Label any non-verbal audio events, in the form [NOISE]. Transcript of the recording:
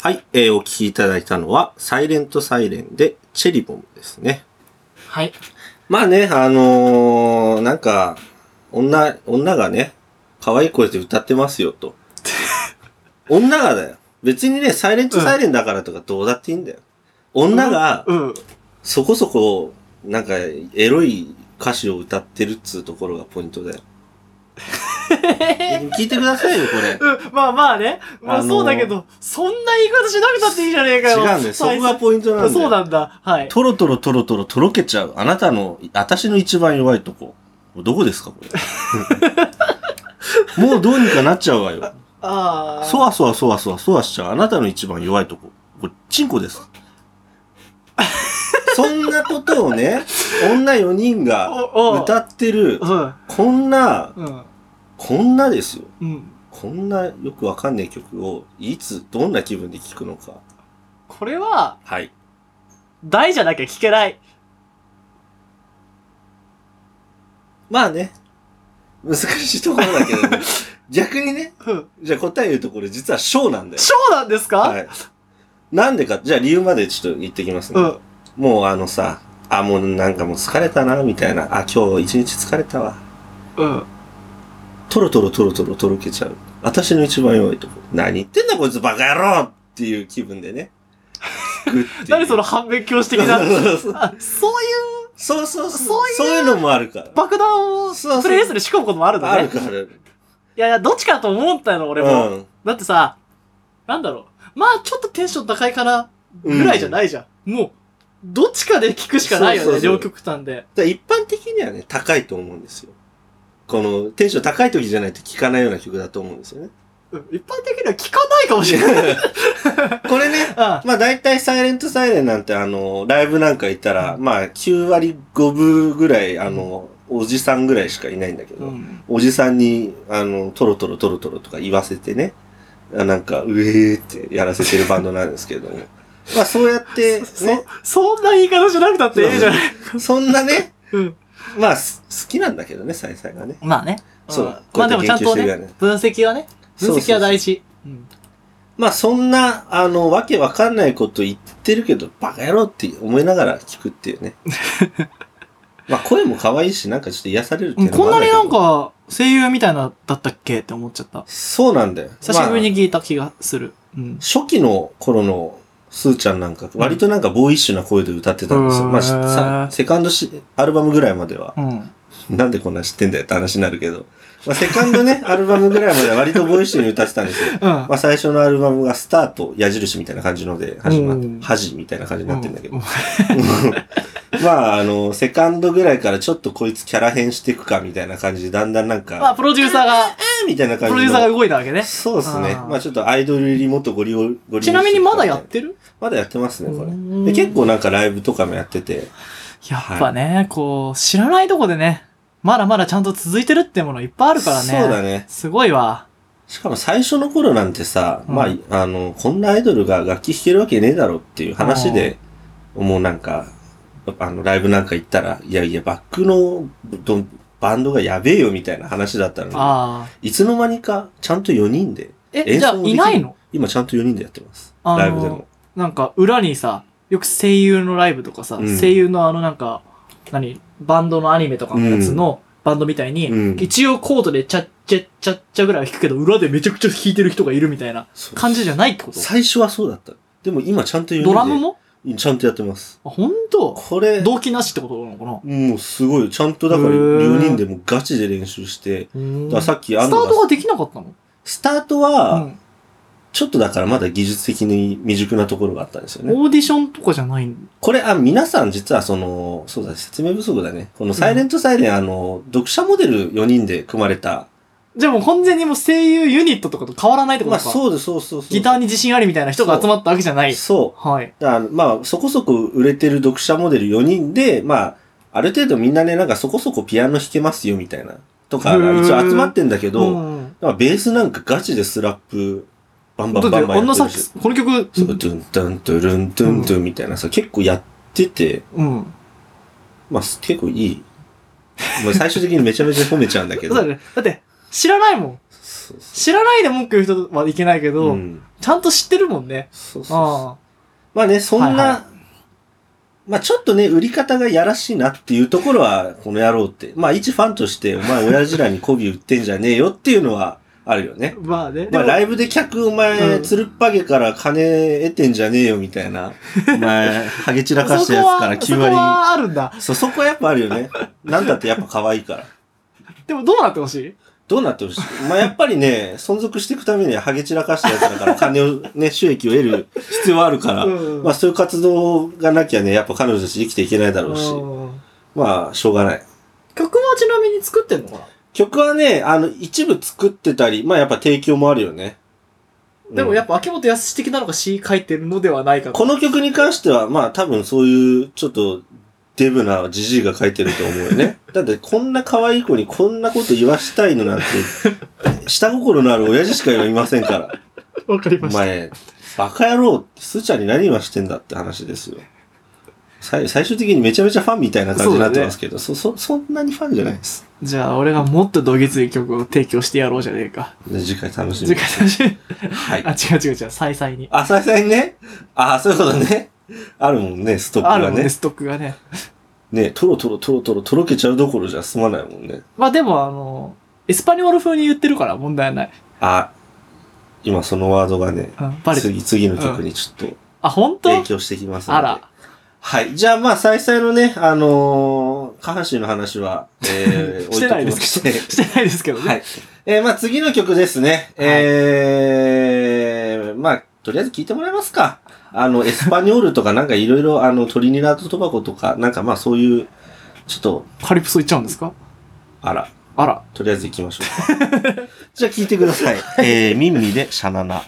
はい、えーお聴きいただいたのは、サイレントサイレンで、チェリボムですね。はい。まあね、あのーなんか、女、女がね、可愛い声で歌ってますよ [LAUGHS] と。女がだよ。別にね、サイレントサイレンだからとかどうだっていいんだよ。女が、うん。そこそこ、なんか、エロい歌詞を歌ってるっつうところがポイント [LAUGHS] だよ。聞いてくださいよ、これ。うん、まあまあね。まああのーそうだけど、そんな言い方しなくたっていいじゃねえかよ。違うんだよ。そこがイポイントなんだよ。そうなんだ。はい。トロトロトロトロとろけちゃう。あなたの、私の一番弱いとこ。どこですか、こ [LAUGHS] れ。もうどうにかなっちゃうわよ。ああ。そわそわそわそわそわしちゃう。あなたの一番弱いとこ。これ、チンコ [LAUGHS] です。そんなことをね、女4人がおお歌ってる、うん。こんな、うん。こんなですよ。うん。こんなよくわかんない曲を、いつ、どんな気分で聴くのか。これは、はい。大じゃなきゃ聞けない。まあね。難しいところだけ [LAUGHS] ど、ね、逆にね、うん。じゃあ答え言うとこれ実は小なんだよ。そうなんですか、はい。なんでか、じゃあ理由までちょっと言ってきますうね。ん。もうあのさ、あ、もうなんかもう疲れたな、みたいな。あ、今日一日疲れたわ。うん。トロトロトロトロとろけちゃう。私の一番弱いとこ。何言ってんだこいつバカ野郎っていう気分でね。何そのの反面教師的な。あそういうそうそうそう。そういうそういうのもあるから。爆弾をそうそうプレイリストに仕込むこともあるんあだるね。から。るいやいや、どっちかと思ったの、俺も。うん。だってさ、なんだろう。まあ、ちょっとテンション高いかな、ぐらいじゃないじゃん。もう、どっちかで聞くしかないよね、そうそうそう両極端で。だから一般的にはね、高いと思うんですよ。この、テンション高い時じゃないと聴かないような曲だと思うん [LAUGHS] ですよね。うん一般的には聞かないか [LAUGHS] もしれない。これね、あまあ大体サイレントサイレンなんてあの、ライブなんか行ったら、まあ9割5分ぐらい、あの、おじさんぐらいしかいないんだけど、うん。おじさんに、あの、トロトロトロトロとか言わせてね、あなんか、うえーってやらせてるバンドなんですけれ [LAUGHS] ども。まあそうやって、ね、そんな言い方じゃなくたっていいじゃない。そんなね、うん。まあす好きなんだけどね、サイサイがね。まあね。そうんこうまやっあでてもちゃんと研究してるよねね、分析はね、分析は大事。うんまあそんな、あの、わけわかんないこと言ってるけど、バカ野郎って思いながら聞くっていう [LAUGHS] ね。まあ声も可愛いし、なんかちょっと癒されるっていうのこもんあなるにだなけんど。か声優みたいなだったっけって思っちゃった。そうなんだよ。久しぶりまに聞いた気がする。うんあ。初期の頃のスーちゃんなんか、割となんかボーイッシュな声で歌ってたんですよ。うんまあしさ、セカンドし、アルバムぐらいまではう。ん。なんでこんなん知ってんだよって話になるけど。まあセカンドね、アルバムぐらいまでは割とボーイッシュに歌ってたんですよ。うんま。あ最初のアルバムがスタート、矢印みたいな感じので始まっうんて、恥みたいな感じになってるんだけどう。 [LAUGHS] まあ、あの、セカンドぐらいからちょっとこいつキャラ変していくかみたいな感じで、だんだんなんか、まあ、プロデューサーが、えーみたいなプ感じロのデューサーが動いたわけね。そうですね。あーまあちょっとアイドル入り元ゴリゴリゴリちなみにまだやってるまだやってますね、こうれ。んで結構なんかライブとかもやってて、やっぱね、こう、知らないとこでね、まだまだちゃんと続いてるってものいっぱいあるからね。そうだねすごいわ。しかも最初の頃なんてさ、うんまあ、あの、こんなアイドルが楽器弾けるわけねえだろっていう話で、もうなんか、あの、ライブなんか行ったら、いやいや、バックのどバンドがやべえよみたいな話だったのに、ああ。いつの間にかちゃんと4人で、え、演じゃあ奏もできるいないの今ちゃんと4人でやってます。あのーライブでも。なんか、裏にさ、よく声優のライブとかさ、うん声優のあのなんか、何、バンドのアニメとかのやつの、バンドみたいに、うん一応コードでチャッチャッチャッチャぐらいは弾くけど、裏でめちゃくちゃ弾いてる人がいるみたいなそう感じじゃないってこと最初はそうだった。でも今ちゃんと4人で。ドラムもちゃんとやってます。あ、ほんとこれ、動機なしってことなのかなもうすごいよ。ちゃんとだからへー4人でもうガチで練習して、だからさっきスタあーんトのができなかったのスタートうは、んちょっとだからまだ技術的に未熟なところがあったんですよね。オーディションとかじゃないんこれ、あ、皆さん実はその、そうだ、説明不足だね。このサイレントサイレン、あの、読者モデル4人で組まれた。じゃあもう完全にもう声優ユニットとかと変わらないってこまとあか、そうです、そうそうそう。ギターに自信ありみたいな人が集まったわけじゃない。そう。はい。だからまあ、そこそこ売れてる読者モデル4人で、まあ、ある程度みんなね、なんかそこそこピアノ弾けますよみたいな、とかが一応集まってんだけど、うんまあベースなんかガチでスラップ、バンだバってンバンバンあんやなってさるっしき、、この曲、そう、ドゥンドゥンドゥルンドゥンドゥンみたいなさ、結構やってて、うん。まあ、す結構いい。まあ、最終的にめちゃめちゃ褒めちゃうんだけ [LAUGHS] そうど。だね。だって、知らないもん。そうそ知らないで文句言う人はいけないけう。ど、うんちゃんと知ってるもんね。そうそうそう。あまあね、そんな、はいはまあちょっとね、売り方がやらしいなっていうところは、この野郎って。まあ一ファンとして、お前親父らに媚び売ってんじゃねえよっていうのはあるよねあ。。まあね。でまあもライブで客、お前、うんつるっぱげから金得てんじゃねえよみたい [LAUGHS] な。お前、ハゲ散らかしそたこやつからは、そ9こ割。はあるんだ。そう、そこはやっぱあるよ [LAUGHS] ね。なんだってやっぱ可愛いから。でもどうなってほしいどうなってほしいまあやっぱりね、存続していくためにはハゲ散らかしたやつだから金をね、収益を得る必要はあるから。うんまあそういう活動がなきゃね、やっぱ彼女たち生きていけないだろうし、うんまあしょうがない。曲はちなみに作ってんのかな、曲はね、あの、一部作ってたり、まあやっぱ提供もあるよね。でもやっっぱ秋元康的なのが詩書いてるのではないかぱと。この曲に関しては、まあ多分そういう、ちょっと、デブなじじいが書いてると思うよ [LAUGHS] ね。だってこんな可愛い子にこんなこと言わしたいのなんて、下心のある親父しかいませんから。わかりおました。前、バカ野郎って、スーちゃんに何今してんだって話ですよ。最最終的にめちゃめちゃファンみたいな感じになってますけど、そ,、そ、そんなにファンじゃないです。じゃあ俺がもっとどぎつい曲を提供してやろうじゃねえか。で次回楽しみ次に。回楽しみ。はいあ、。違う違う違う、再々に。あ、再々にね。あ、そういうことね。あるもんね、ストッあクるがもんねね、。ストックがね。ね、トロトロトロトロとろけちゃうどころじゃ済まないもんね。まあでもあの、エスパニョール風に言ってるから問題ない。あ、今そのワードがね、うん、バレて次、次の曲にちょっとあ、本当影響してきますので。あら。はい。じゃあ、まあ、再々のね、あのー下半身の話は、えー、 [LAUGHS] してないです置けいど。ときましてしてないですけどね。はい。えー、まあ次の曲ですね。はいえー、まあとりあえず聞いてもらえますか。あの、エスパニョールとかなんかいろいろ、あの、トリニダード・トバコとか、なんかまあそういう、ちょっと、カリプソ行っちゃうんですかあら、あら。 [LAUGHS] とりあえず行きましょうか。じゃあ聞いてください。えー、ミンミでシャナナ。